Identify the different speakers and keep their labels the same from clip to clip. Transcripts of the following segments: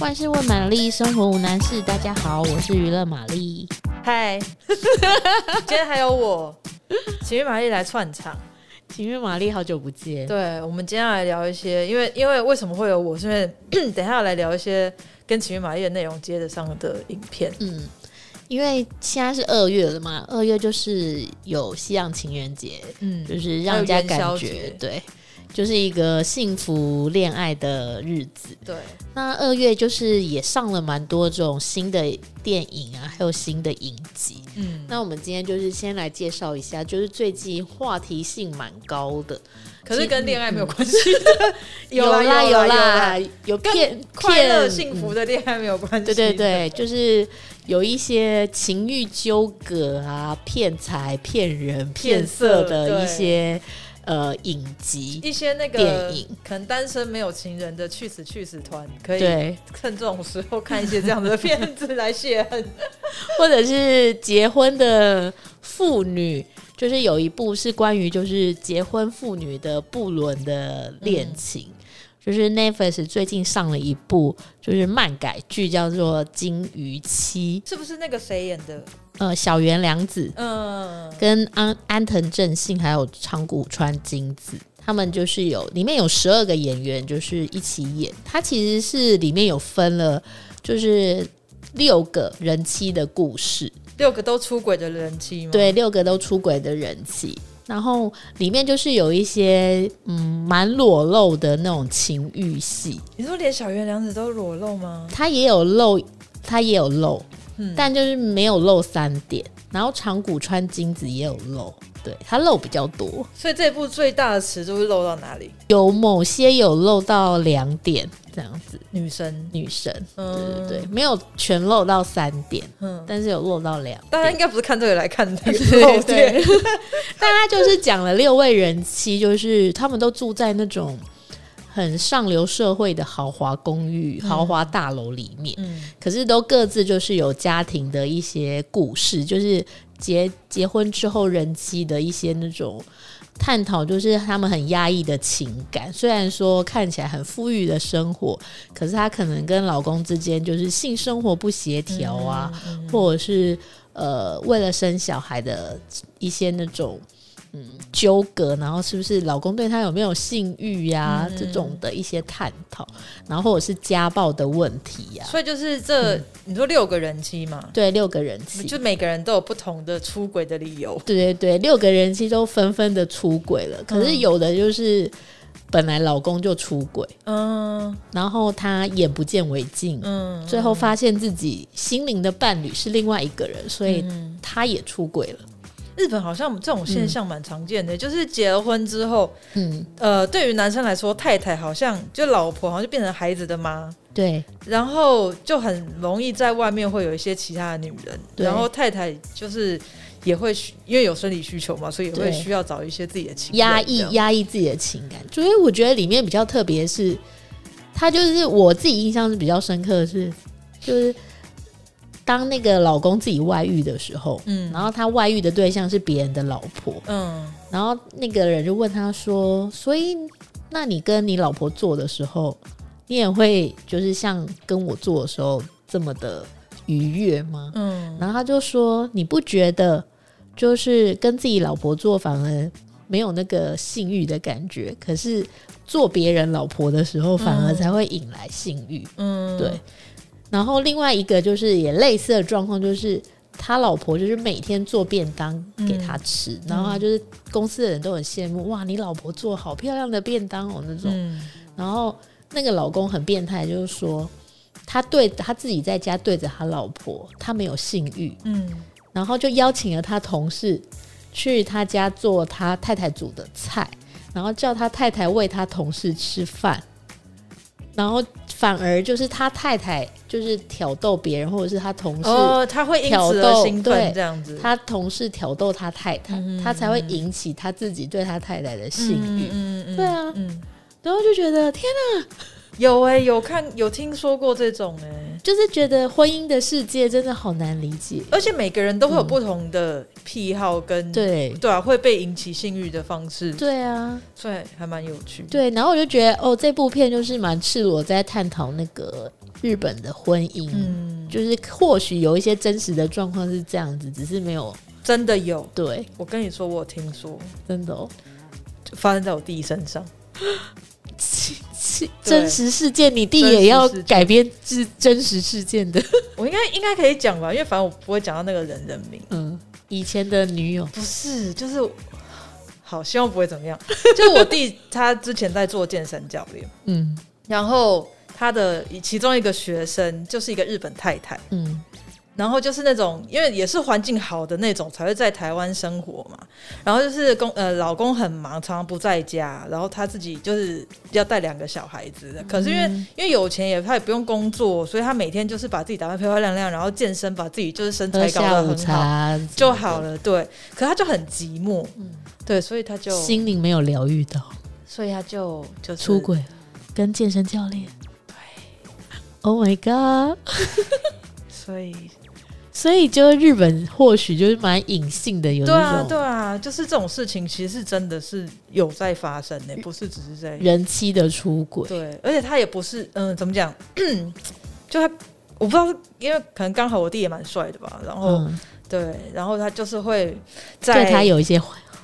Speaker 1: 万事问玛丽，生活无难事。大家好，我是娱乐玛丽。
Speaker 2: 嗨，今天还有我，情绪玛丽来串场。
Speaker 1: 情绪玛丽，好久不见。
Speaker 2: 对，我们今天来聊一些，因为因为为什么会有我？是因为 等一下来聊一些跟情绪玛丽的内容接得上的影片。
Speaker 1: 嗯，因为现在是二月了嘛，二月就是有西洋情人节，
Speaker 2: 嗯，
Speaker 1: 就是让人家
Speaker 2: 还
Speaker 1: 感
Speaker 2: 有元宵
Speaker 1: 觉
Speaker 2: 节
Speaker 1: 对，就是一个幸福恋爱的日子。
Speaker 2: 对，
Speaker 1: 那二月就是也上了蛮多这种新的电影啊，还有新的影集。
Speaker 2: 嗯，
Speaker 1: 那我们今天就是先来介绍一下，就是最近话题性蛮高的，
Speaker 2: 可是跟恋爱没有关系。
Speaker 1: 啦
Speaker 2: 啦
Speaker 1: 有
Speaker 2: 啦，，
Speaker 1: 有
Speaker 2: 跟
Speaker 1: 骗
Speaker 2: 快乐
Speaker 1: 骗
Speaker 2: 幸福的恋爱没有关系。
Speaker 1: 对对
Speaker 2: 嗯
Speaker 1: 对，就是有一些情欲纠葛啊、骗财、骗人、骗
Speaker 2: 骗
Speaker 1: 色
Speaker 2: 色
Speaker 1: 的一
Speaker 2: 对
Speaker 1: 些呃影集，
Speaker 2: 一些那个
Speaker 1: 电影
Speaker 2: 可能单身没有情人的去死去死团，可以
Speaker 1: 对，
Speaker 2: 趁这种时候看一些这样的片子来泄 恨。
Speaker 1: 或者是结婚的妇女，就是有一部是关于就是结婚妇女的不伦的恋情。就是 Netflix 最近上了一部就是漫改剧，叫做《金鱼妻
Speaker 2: 是不是那个谁演的？》，
Speaker 1: 呃，小原良子
Speaker 2: 嗯，
Speaker 1: 跟安安藤正信还有长谷川京子，他们就是有里面有十二个演员，就是一起演。它其实是里面有分了，就是六个人妻的故事，
Speaker 2: 六个都出轨的人妻吗？，
Speaker 1: 对，六个都出轨的人妻。然后里面就是有一些嗯蛮裸露的那种情欲戏，
Speaker 2: 你说连小原良子都裸露吗？
Speaker 1: 它也有露，它也有露，
Speaker 2: 嗯，
Speaker 1: 但就是没有露三点。然后长谷川京子也有露，对，它露比较多。
Speaker 2: 所以这部最大的尺度是露到哪里？
Speaker 1: 有某些有露到两点这样子，
Speaker 2: 女生，
Speaker 1: 女生，对
Speaker 2: 嗯，
Speaker 1: 对对，，没有全露到三点，
Speaker 2: 嗯，
Speaker 1: 但是有露到两
Speaker 2: 大家
Speaker 1: 点。
Speaker 2: 应该不是看这个来看 那个
Speaker 1: 对
Speaker 2: 露
Speaker 1: 对
Speaker 2: 点，，
Speaker 1: 大家就是讲了六位人妻，就是他们都住在那种很上流社会的豪华公寓、豪华大楼里面，
Speaker 2: 嗯，
Speaker 1: 可是都各自就是有家庭的一些故事，就是结结婚之后人妻的一些那种探讨，就是他们很压抑的情感。虽然说看起来很富裕的生活，可是她可能跟老公之间就是性生活不协调啊，或者是呃为了生小孩的一些那种。嗯，纠葛，然后是不是老公对她有没有性欲呀、这种的一些探讨，然后或者是家暴的问题啊呀、
Speaker 2: 所以就是这，你说六个人妻嘛，
Speaker 1: 对，六个人妻，
Speaker 2: 就每个人都有不同的出轨的理由，
Speaker 1: 对对对，六个人妻都纷纷的出轨
Speaker 2: 嗯
Speaker 1: 了。可是有的就是本来老公就出轨，
Speaker 2: 嗯
Speaker 1: 然后她眼不见为净，
Speaker 2: 嗯，
Speaker 1: 最后发现自己心灵的伴侣是另外一个人，所以
Speaker 2: 嗯
Speaker 1: 她也出轨了。
Speaker 2: 日本好像这种现象蛮常见的，就是结了婚之后，
Speaker 1: 嗯，
Speaker 2: 呃，对于男生来说，太太好像就老婆好像就变成孩子的妈，
Speaker 1: 对
Speaker 2: 然后就很容易在外面会有一些其他的女人，
Speaker 1: 对
Speaker 2: 然后太太就是也会需因为有生理需求嘛，所以也会
Speaker 1: 对
Speaker 2: 需要找一些自己的情人
Speaker 1: 压
Speaker 2: 这
Speaker 1: 抑
Speaker 2: 样
Speaker 1: 压抑自己的情感，所以我觉得里面比较特别是，她就是我自己印象是比较深刻的是，就是当那个老公自己外遇的时候，
Speaker 2: 嗯
Speaker 1: 然后她外遇的对象是别人的老婆，
Speaker 2: 嗯，
Speaker 1: 然后那个人就问他说：“所以，那你跟你老婆做的时候，你也会就是像跟我做的时候这么的愉悦吗？”
Speaker 2: 嗯，
Speaker 1: 然后他就说：“你不觉得就是跟自己老婆做反而没有那个性欲的感觉，可是做别人老婆的时候反而才会引来性欲？”
Speaker 2: 嗯，
Speaker 1: 对。然后另外一个就是也类似的状况，就是他老婆就是每天做便当
Speaker 2: 嗯
Speaker 1: 给他吃，然后他就是公司的人都很羡慕，哇，你老婆做好漂亮的便当哦那种。
Speaker 2: 嗯
Speaker 1: 然后那个老公很变态，就是说他对他自己在家对着他老婆，他没有性欲，
Speaker 2: 嗯，
Speaker 1: 然后就邀请了他同事去他家做他太太煮的菜，然后叫他太太喂他同事吃饭，然后反而就是他太太就是挑逗别人，或者是他同事、
Speaker 2: 哦，他会因
Speaker 1: 挑
Speaker 2: 此而
Speaker 1: 逗
Speaker 2: 兴
Speaker 1: 对
Speaker 2: 奋这样子，
Speaker 1: 他同事挑逗他太太，他才会引起他自己对他太太的性
Speaker 2: 嗯
Speaker 1: 欲。
Speaker 2: 嗯嗯，
Speaker 1: 对啊
Speaker 2: 嗯，
Speaker 1: 然后就觉得天
Speaker 2: 有哎、有看有听说过这种哎、
Speaker 1: 就是觉得婚姻的世界真的好难理解。
Speaker 2: 而且每个人都会有不同的癖好跟、
Speaker 1: 嗯对，
Speaker 2: 对啊，会被引起性欲的方式，
Speaker 1: 对啊，
Speaker 2: 所以还蛮有趣。
Speaker 1: 对。然后我就觉得，哦，这部片就是蛮赤裸在探讨那个日本的婚姻，
Speaker 2: 嗯，
Speaker 1: 就是或许有一些真实的状况是这样子，只是没有
Speaker 2: 真的有，
Speaker 1: 对，
Speaker 2: 我跟你说，我有听说
Speaker 1: 真的哦，
Speaker 2: 就发生在我弟身上，
Speaker 1: 是
Speaker 2: 对
Speaker 1: 真实事件，你弟也要
Speaker 2: 真实事件
Speaker 1: 改编是真实事件的，
Speaker 2: 我应该应该可以讲吧，因为反正我不会讲到那个人人名。
Speaker 1: 嗯，以前的女友，
Speaker 2: 不是，就是好，希望不会怎么样。就是我弟他之前在做健身教练，
Speaker 1: 嗯
Speaker 2: 然后他的其中一个学生就是一个日本太太，
Speaker 1: 嗯
Speaker 2: 然后就是那种因为也是环境好的那种才会在台湾生活嘛，然后就是公呃老公很忙，常常不在家，然后他自己就是要带两个小孩子的，可是因为、
Speaker 1: 嗯
Speaker 2: 因为有钱也他也不用工作，所以他每天就是把自己打扮漂漂亮亮，然后健身，把自己就是身
Speaker 1: 喝
Speaker 2: 材搞
Speaker 1: 下
Speaker 2: 得
Speaker 1: 午
Speaker 2: 很好
Speaker 1: 茶嗯
Speaker 2: 就好了，对，可他就很寂寞，对，所以他就
Speaker 1: 心灵没有疗愈到，
Speaker 2: 所以他就就是
Speaker 1: 出轨了跟健身教练。Oh my god！
Speaker 2: 所以
Speaker 1: 所以就日本或许就是蛮隐性的，有
Speaker 2: 对啊
Speaker 1: 那
Speaker 2: 对
Speaker 1: 种
Speaker 2: 啊，就是这种事情其实是真的是有在发生的、不是只是在
Speaker 1: 人妻的出轨。
Speaker 2: 对，而且他也不是嗯、怎么讲， 就他我不知道是因为可能刚好我弟也蛮帅的吧，然后、
Speaker 1: 嗯，
Speaker 2: 对，然后他就是会在
Speaker 1: 对他有一些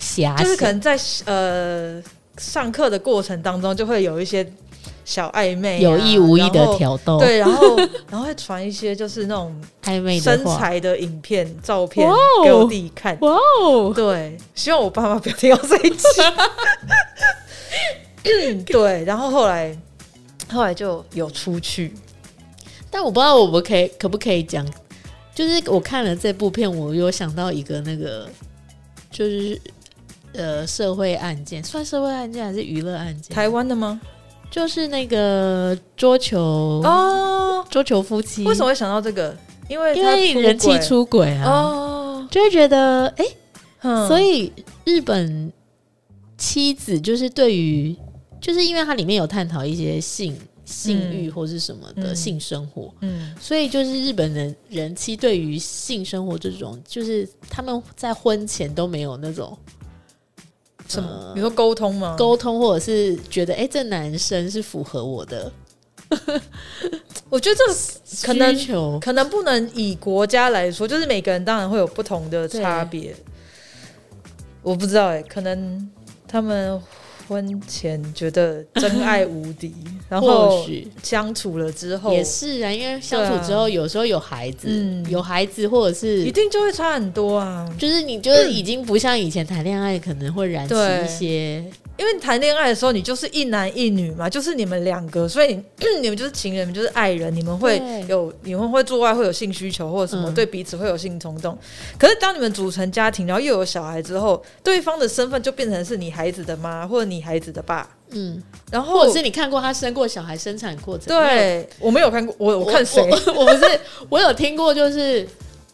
Speaker 1: 遐
Speaker 2: 就是可
Speaker 1: 想。
Speaker 2: 能在呃上课的过程当中就会有一些小暧昧啊、
Speaker 1: 有意无意
Speaker 2: 然后
Speaker 1: 的挑逗，
Speaker 2: 对，然后然后会传一些就是那种
Speaker 1: 暧昧的
Speaker 2: 身
Speaker 1: 话，
Speaker 2: 材的影片、照片
Speaker 1: 哇哦
Speaker 2: 给我弟看。
Speaker 1: 哇哦，
Speaker 2: 对，希望我爸妈不要听到这一 集。对，然后后来后来就有出去，
Speaker 1: 但我不知道我们可以可不可以讲，就是我看了这部片，我有想到一个那个，就是呃社会案件，算社会案件还是娱乐案件？
Speaker 2: 台湾的吗？
Speaker 1: 就是那个桌球、
Speaker 2: 哦，
Speaker 1: 桌球夫妻，
Speaker 2: 为什么会想到这个？因为
Speaker 1: 因
Speaker 2: 他
Speaker 1: 为
Speaker 2: 轨
Speaker 1: 人气出轨啊，
Speaker 2: 哦，
Speaker 1: 就会觉得哎、
Speaker 2: 嗯
Speaker 1: 所以日本妻子就是对于，就是因为它里面有探讨一些性性欲或是什么的、
Speaker 2: 嗯
Speaker 1: 性生活，
Speaker 2: 嗯
Speaker 1: 所以就是日本人人妻对于性生活这种，就是他们在婚前都没有那种
Speaker 2: 什么
Speaker 1: 呃？
Speaker 2: 你说沟通吗？
Speaker 1: 沟通，或者是觉得哎、诶这男生是符合我的
Speaker 2: 我觉得这个可能
Speaker 1: 需求，
Speaker 2: 可能不能以国家来说，就是每个人当然会有不同的差别。我不知道哎、可能他们婚前觉得真爱无敌， 然
Speaker 1: 或
Speaker 2: 后
Speaker 1: 许
Speaker 2: 相处了之后
Speaker 1: 也是啊，因为相处之后，有时候有孩子，
Speaker 2: 嗯
Speaker 1: 有孩子或者
Speaker 2: 一
Speaker 1: 是。
Speaker 2: 定就会差很多啊。
Speaker 1: 就是你就是已经不像以前谈恋爱，可能会燃起
Speaker 2: 对
Speaker 1: 一些
Speaker 2: 因为你谈恋爱的时候，你就是一男一女嘛，就是你们两个，所以 你你们就是情人，你们就是爱人，你们会
Speaker 1: 对
Speaker 2: 有你们会做爱，会有性需求或者什么，
Speaker 1: 嗯
Speaker 2: 对彼此会有性冲动。可是当你们组成家庭，然后又有小孩之后，对方的身份就变成是你孩子的妈或者你孩子的爸，
Speaker 1: 嗯，
Speaker 2: 然后
Speaker 1: 或者是你看过他生过小孩、生产过程，
Speaker 2: 对我没有看过，我
Speaker 1: 我
Speaker 2: 我看谁
Speaker 1: 我我我不是，我有听过，就是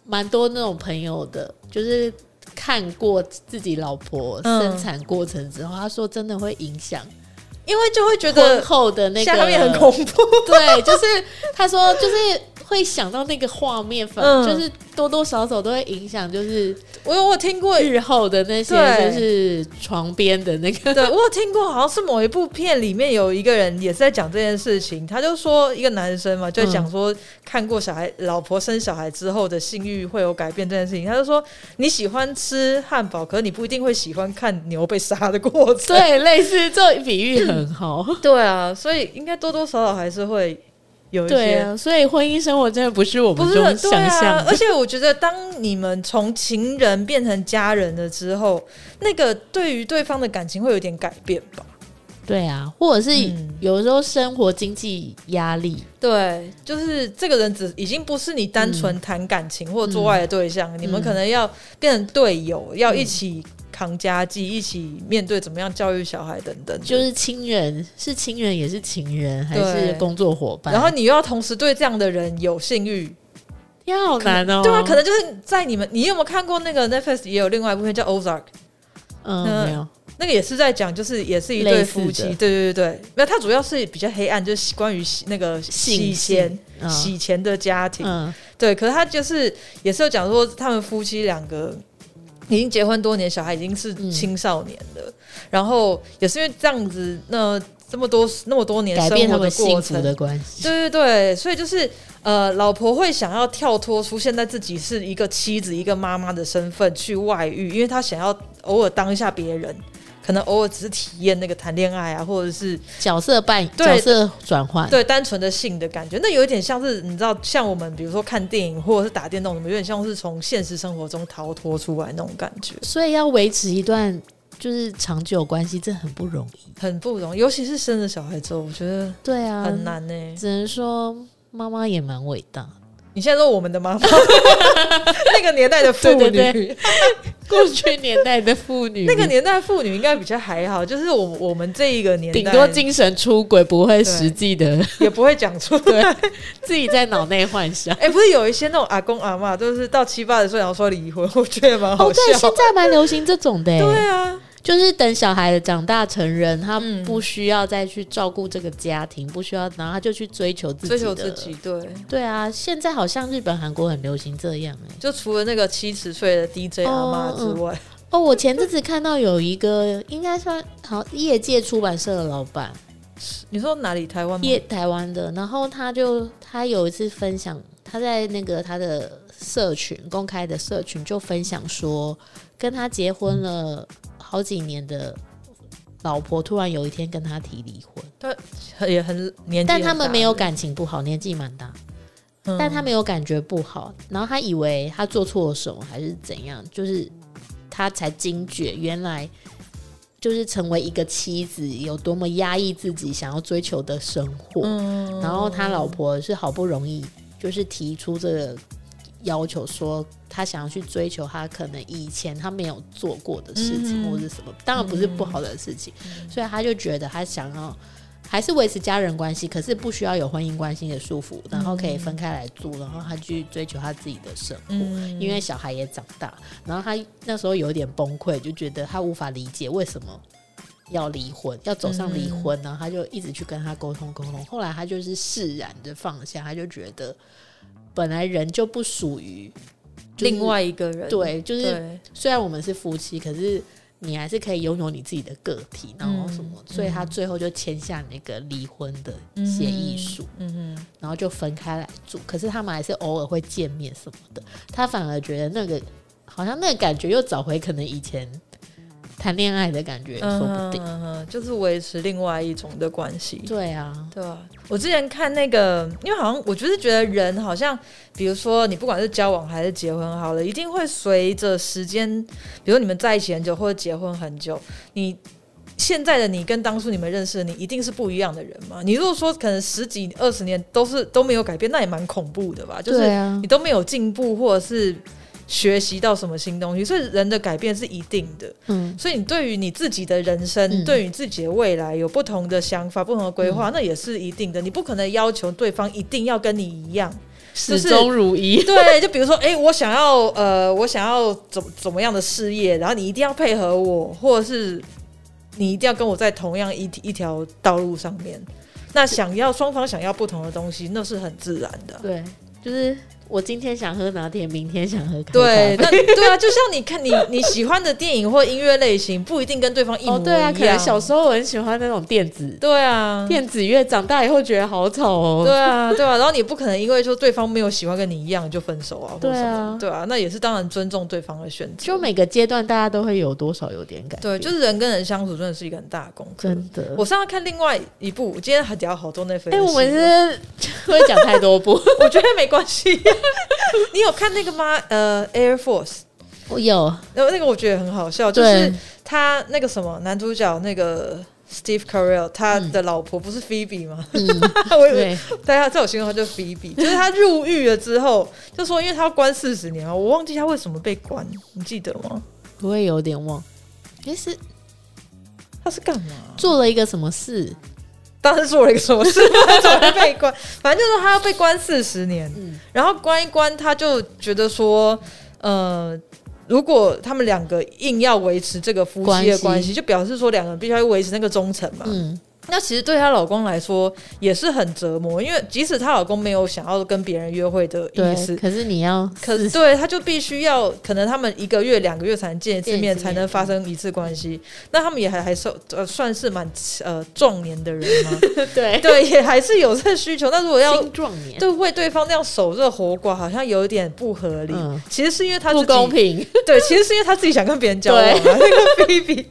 Speaker 1: 蛮多那种朋友的，就是看过自己老婆
Speaker 2: 嗯
Speaker 1: 生产过程之后，他说真的会影响
Speaker 2: 因为就会觉
Speaker 1: 婚
Speaker 2: 得
Speaker 1: 后的那个，
Speaker 2: 下面很恐怖，
Speaker 1: 对，就是他说就是会想到那个画面，反、
Speaker 2: 嗯
Speaker 1: 就是多多少少都会影响，就是
Speaker 2: 我有我有听过
Speaker 1: 日后的那些
Speaker 2: 对
Speaker 1: 就是床边的那个，
Speaker 2: 对，我有听过，好像是某一部片里面有一个人也是在讲这件事情，他就说一个男生嘛，就讲说看过小孩、老婆生小孩之后的性欲会有改变这件事情，他就说你喜欢吃汉堡，可是你不一定会喜欢看牛被杀的过 程。
Speaker 1: 对，类似这种比喻很 好。
Speaker 2: 对啊，所以应该多多少少还是会有一
Speaker 1: 对
Speaker 2: 些。
Speaker 1: 啊，所以婚姻生活真的不是我
Speaker 2: 不
Speaker 1: 们
Speaker 2: 是
Speaker 1: 中
Speaker 2: 对
Speaker 1: 想象
Speaker 2: 啊
Speaker 1: 的，
Speaker 2: 而且我觉得，当你们从情人变成家人了之后，那个对于对方的感情会有点改变吧？
Speaker 1: 对啊，或者是
Speaker 2: 嗯
Speaker 1: 有时候生活经济压力，
Speaker 2: 对，就是这个人只已经不是你单纯谈感情或做爱的对象，你们可能要变成队友，要一起扛家计，一起面对怎么样教育小孩等等的。
Speaker 1: 就是亲人是亲人也是情人，还
Speaker 2: 对
Speaker 1: 是工作伙伴，
Speaker 2: 然后你又要同时对这样的人有性欲，
Speaker 1: 要好难哦、
Speaker 2: 对啊，可能就是在你们，你有没有看过那个 Netflix 也有另外一部片叫 Ozark？
Speaker 1: 嗯
Speaker 2: 那
Speaker 1: 没有，
Speaker 2: 那个也是在讲，就是也是一对夫妻
Speaker 1: 类似的，
Speaker 2: 对对对对，那它主要是比较黑暗，就是关于洗那个洗
Speaker 1: 性
Speaker 2: 钱
Speaker 1: 性、嗯
Speaker 2: 洗钱的家庭，
Speaker 1: 嗯
Speaker 2: 对，可是他就是也是有讲说，他们夫妻两个已经结婚多年，小孩已经是
Speaker 1: 嗯
Speaker 2: 青少年了，然后也是因为这样子，那这么多那么多年
Speaker 1: 改
Speaker 2: 生
Speaker 1: 变他
Speaker 2: 活
Speaker 1: 们
Speaker 2: 过
Speaker 1: 幸福
Speaker 2: 程，
Speaker 1: 的关系。
Speaker 2: 对对对，所以就是呃，老婆会想要跳脱出现在自己是一个妻子、一个妈妈的身份去外遇，因为她想要偶尔当一下别人。可能偶尔只是体验那个谈恋爱啊，或者是
Speaker 1: 角色扮角
Speaker 2: 对
Speaker 1: 色转换，
Speaker 2: 对单纯的性的感觉，那有一点像是你知道，像我们比如说看电影或者是打电动，你们有点像是从现实生活中逃脱出来那种感觉，
Speaker 1: 所以要维持一段就是长久关系，这很不容易。
Speaker 2: 很不容易。尤其是生了小孩之后，我觉得
Speaker 1: 对啊，
Speaker 2: 很，难呢、
Speaker 1: 只能说妈妈也蛮伟大。
Speaker 2: 你现在说我们的妈 妈，那个年代 的妇女，
Speaker 1: 对对 过去年代的妇女
Speaker 2: 那个年代妇女应该比较还好，就是我我们这一个年代，
Speaker 1: 顶多精神出轨，不会
Speaker 2: 对
Speaker 1: 实际的
Speaker 2: 也不会讲出。
Speaker 1: 对 自己在脑内幻想。
Speaker 2: 哎、不是有一些那种阿公阿嬷，都是到七八十岁然后说离婚，我觉得蛮好
Speaker 1: 哦，
Speaker 2: 笑
Speaker 1: 对，现在蛮流行这种的、欸
Speaker 2: 对啊，
Speaker 1: 就是等小孩长大成人，他
Speaker 2: 嗯
Speaker 1: 不需要再去照顾这个家庭，不需要，然后他就去追求自己，
Speaker 2: 追求自己。，对，
Speaker 1: 对啊，现在好像日本、韩国很流行这样哎、
Speaker 2: 就除了那个七十岁的 DJ 阿妈之外，
Speaker 1: 哦，我前阵子看到有一个，应该算好业界出版社的老板，
Speaker 2: 你说哪里台湾吗？
Speaker 1: 业台湾的，然后他就他有一次分享，他在那个他的社群公开的社群就分享说，跟他结婚了好几年的老婆突然有一天跟他提离婚，
Speaker 2: 很也很年纪很大
Speaker 1: 但
Speaker 2: 了，
Speaker 1: 他们没有感情不好，年纪蛮大，
Speaker 2: 嗯，
Speaker 1: 但他没有感觉不好，然后他以为他做错了什么还是怎样，就是他才惊觉原来。就是成为一个妻子有多么压抑自己想要追求的生活，
Speaker 2: 嗯
Speaker 1: 然后他老婆是好不容易就是提出这个要求，说他想要去追求他可能以前他没有做过的事情
Speaker 2: 嗯
Speaker 1: 或者什么，当然不是不好的事情，所以他就觉得他想要。还是维持家人关系，可是不需要有婚姻关系的束缚，然后可以分开来住，然后他去追求他自己的生活，
Speaker 2: 嗯
Speaker 1: 因为小孩也长大。然后他那时候有点崩溃，就觉得他无法理解为什么要离婚，要走上离婚，
Speaker 2: 嗯
Speaker 1: 然后他就一直去跟他沟通沟通。后来他就是释然的放下，他就觉得本来人就不属于、就是
Speaker 2: 另外一个人，
Speaker 1: 对，就是
Speaker 2: 对，
Speaker 1: 虽然我们是夫妻，可是你还是可以拥有你自己的个体，然后什么，
Speaker 2: 嗯
Speaker 1: 所以他最后就签下那个离婚的协议书，
Speaker 2: 嗯嗯，
Speaker 1: 然后就分开来住。可是他们还是偶尔会见面什么的，他反而觉得那个好像那个感觉又找回可能以前谈恋爱的感觉，说不定。
Speaker 2: 嗯嗯嗯就是维持另外一种的关系。
Speaker 1: 对啊，
Speaker 2: 对啊，我之前看那个，因为好像我就是觉得人好像，比如说你不管是交往还是结婚好了，一定会随着时间，比如你们在一起很久或者结婚很久，你现在的你跟当初你们认识的你一定是不一样的人嘛。你如果说可能十几二十年都是都没有改变，那也蛮恐怖的吧？就是
Speaker 1: 啊
Speaker 2: 你，都没有进步或者是学习到什么新东西，所以人的改变是一定的。
Speaker 1: 嗯，
Speaker 2: 所以你对于你自己的人生，
Speaker 1: 嗯
Speaker 2: 对于自己的未来有不同的想法、不同的规划，那也是一定的。你不可能要求对方一定要跟你一 样。
Speaker 1: 始终如一。
Speaker 2: 对，就比如说，哎、我想要呃，我想要怎怎么样的事业，然后你一定要配合我，或者是你一定要跟我在同样一一条道路上面。那想要双方想要不同的东西，那是很自然 的。
Speaker 1: 对，就是我今天想喝拿铁，明天想喝咖啡。哦
Speaker 2: 对，那对啊，就像你看你你喜欢的电影或音乐类型，不一定跟对方一模
Speaker 1: 哦，
Speaker 2: 一样。
Speaker 1: 对啊，可能小时候我很喜欢那种电子
Speaker 2: 对啊，
Speaker 1: 电子乐，长大以后觉得好吵哦。
Speaker 2: 对啊，对啊，然后你不可能因为说对方没有喜欢跟你一样就分手啊，或
Speaker 1: 对
Speaker 2: 者什
Speaker 1: 啊
Speaker 2: 么的，对啊，那也是当然尊重对方的选择。
Speaker 1: 就每个阶段大家都会有多少有点改
Speaker 2: 对，
Speaker 1: 变，
Speaker 2: 就是人跟人相处真的是一个很大的功课。
Speaker 1: 真的。
Speaker 2: 我上次看另外一部，今天还聊好多那非。
Speaker 1: 哎、我们是 会讲太多部，
Speaker 2: 我觉得没关系。你有看那个吗？呃，Air Force，
Speaker 1: 我有
Speaker 2: 那那个我觉得很好笑，就
Speaker 1: 对
Speaker 2: 是他那个什么男主角那个 Steve Carell，他的老婆不是 Phoebe 吗？ 我以为
Speaker 1: 嗯对，
Speaker 2: 大家在我心中他就比比，就是他入狱了之后，就说因为他要关四十年啊，我忘记他为什么被关，你记得吗？
Speaker 1: 我会有点忘。哎、是
Speaker 2: 他是干嘛？
Speaker 1: 做了一个什么事？
Speaker 2: 当时做了一个什么事，他怎么会被关？反正就是他要被关四十年，
Speaker 1: 嗯
Speaker 2: 然后关一关，他就觉得说，呃，如果他们两个硬要维持这个夫妻的
Speaker 1: 关
Speaker 2: 关
Speaker 1: 系
Speaker 2: 系，就表示说两个人必须要维持那个忠诚嘛。
Speaker 1: 嗯，
Speaker 2: 那其实对她老公来说也是很折磨，因为即使她老公没有想要跟别人约会的意
Speaker 1: 对。
Speaker 2: 思，
Speaker 1: 可是你要
Speaker 2: 可是对，他就必须要，可能他们一个月、两个月才能见一次
Speaker 1: 见一
Speaker 2: 面，
Speaker 1: 次
Speaker 2: 才
Speaker 1: 面
Speaker 2: 能发生一次关系。那他们也还还算呃算是蛮呃壮年的人嘛，
Speaker 1: 对
Speaker 2: 对，也还是有这个需求。那如果要
Speaker 1: 青壮年
Speaker 2: 对为对方这样守热活寡，好像有一点不合理。
Speaker 1: 嗯
Speaker 2: 其实是因为他自
Speaker 1: 不
Speaker 2: 己
Speaker 1: 公 平，
Speaker 2: 对，其实是因为她自己想跟别人交往、啊，那个 Baby，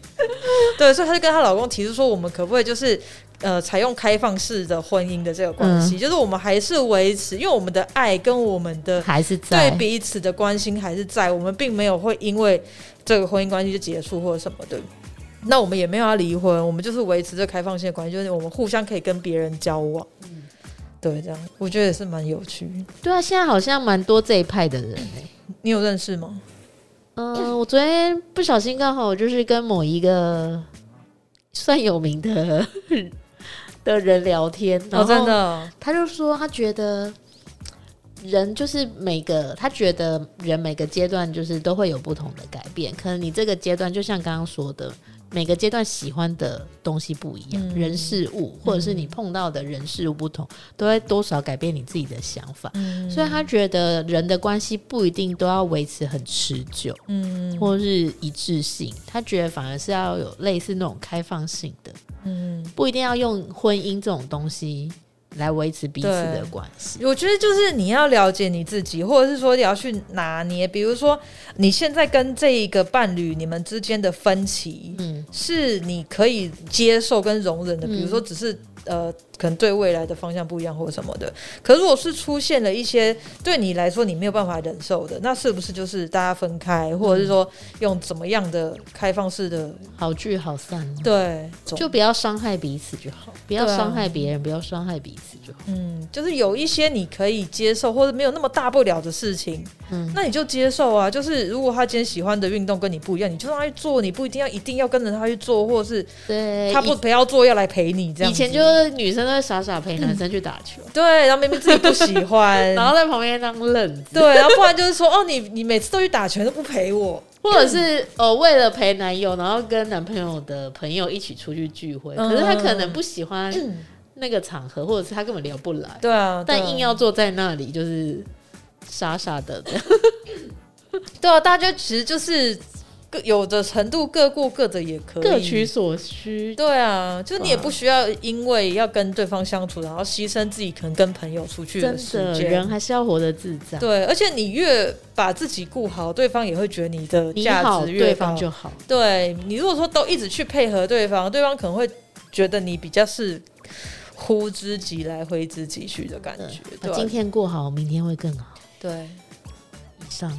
Speaker 2: 对，所以她就跟她老公提出说，我们可不可以就是呃，采用开放式的婚姻的这个关系，就是我们还是维持，因为我们的爱跟我们的
Speaker 1: 嗯还是
Speaker 2: 对
Speaker 1: 在
Speaker 2: 彼此的关心还是在，我们并没有会因为这个婚姻关系就结束或者什么的。那我们也没有要离婚，我们就是维持这开放性的关系，就是我们互相可以跟别人交往。对，这样我觉得也是蛮有趣。
Speaker 1: 对啊，现在好像蛮多这一派的人哎、
Speaker 2: 你有认识吗？
Speaker 1: 嗯，我昨天不小心刚好就是跟某一个算有名的 的人聊天，然
Speaker 2: 哦，
Speaker 1: 后
Speaker 2: 真的哦，
Speaker 1: 他就说他觉得人就是每个他觉得人每个阶段就是都会有不同的改变，可能你这个阶段就像刚刚说的，每个阶段喜欢的东西不一样，
Speaker 2: 嗯
Speaker 1: 人事物或者是你碰到的人事物不同，都会多少改变你自己的想法。
Speaker 2: 嗯
Speaker 1: 所以他觉得人的关系不一定都要维持很持久，
Speaker 2: 嗯
Speaker 1: 或是一致性，他觉得反而是要有类似那种开放性的，
Speaker 2: 嗯。
Speaker 1: 不一定要用婚姻这种东西来维持彼此的关系。
Speaker 2: 我觉得就是你要了解你自己，或者是说你要去拿捏，比如说你现在跟这一个伴侣你们之间的分歧，
Speaker 1: 嗯，
Speaker 2: 是你可以接受跟容忍的，
Speaker 1: 嗯
Speaker 2: 比如说只是。呃，可能对未来的方向不一样或者什么的。可如果是出现了一些对你来说你没有办法忍受的，那是不是就是大家分开，或者是说用怎么样的开放式的
Speaker 1: 好聚好散哦，
Speaker 2: 对，
Speaker 1: 嗯就不要伤害彼此就好，不要
Speaker 2: 对啊
Speaker 1: 伤害别人，不要伤害彼此就好。
Speaker 2: 嗯，就是有一些你可以接受或者没有那么大不了的事情，
Speaker 1: 嗯
Speaker 2: 那你就接受啊。就是如果他今天喜欢的运动跟你不一样，你就让他去做，你不一定要一定要跟着他去做，或者是
Speaker 1: 对，
Speaker 2: 他不不要做要来陪你这
Speaker 1: 以
Speaker 2: 样
Speaker 1: 哎以
Speaker 2: 子。嗯
Speaker 1: 前就是女生都会傻傻陪男生去打球，
Speaker 2: 对，然后明明自己不喜 欢，
Speaker 1: 然后在旁边当愣子，
Speaker 2: 对，然后不然就是说哦，你你每次都去打拳都不陪我，
Speaker 1: 或者是呃为了陪男友，然后跟男朋友的朋友一起出去聚会，可是他可
Speaker 2: 嗯
Speaker 1: 能不喜欢那个场合，或者是他根本聊不来，
Speaker 2: 对啊，对啊
Speaker 1: 但硬要坐在那里就是傻傻的。
Speaker 2: 对啊，大家其实就是各有的程度各过各的也 可以，
Speaker 1: 各取所需。
Speaker 2: 对啊，就是你也不需要因为要跟对方相处，然后牺牲自己可能跟朋友出去
Speaker 1: 真
Speaker 2: 时
Speaker 1: 的，人
Speaker 2: 间。
Speaker 1: 还是要活得自在。
Speaker 2: 对，而且你越把自己顾好，对方也会觉得你的
Speaker 1: 你
Speaker 2: 价
Speaker 1: 好，
Speaker 2: 值越
Speaker 1: 对
Speaker 2: 高
Speaker 1: 方。就好。
Speaker 2: 对你如果说都一直去配合对方，对方可能会觉得你比较是呼之即来挥之即去的感觉。对
Speaker 1: 嗯今
Speaker 2: 啊，
Speaker 1: 天过好，明天会更好。
Speaker 2: 对，
Speaker 1: 以上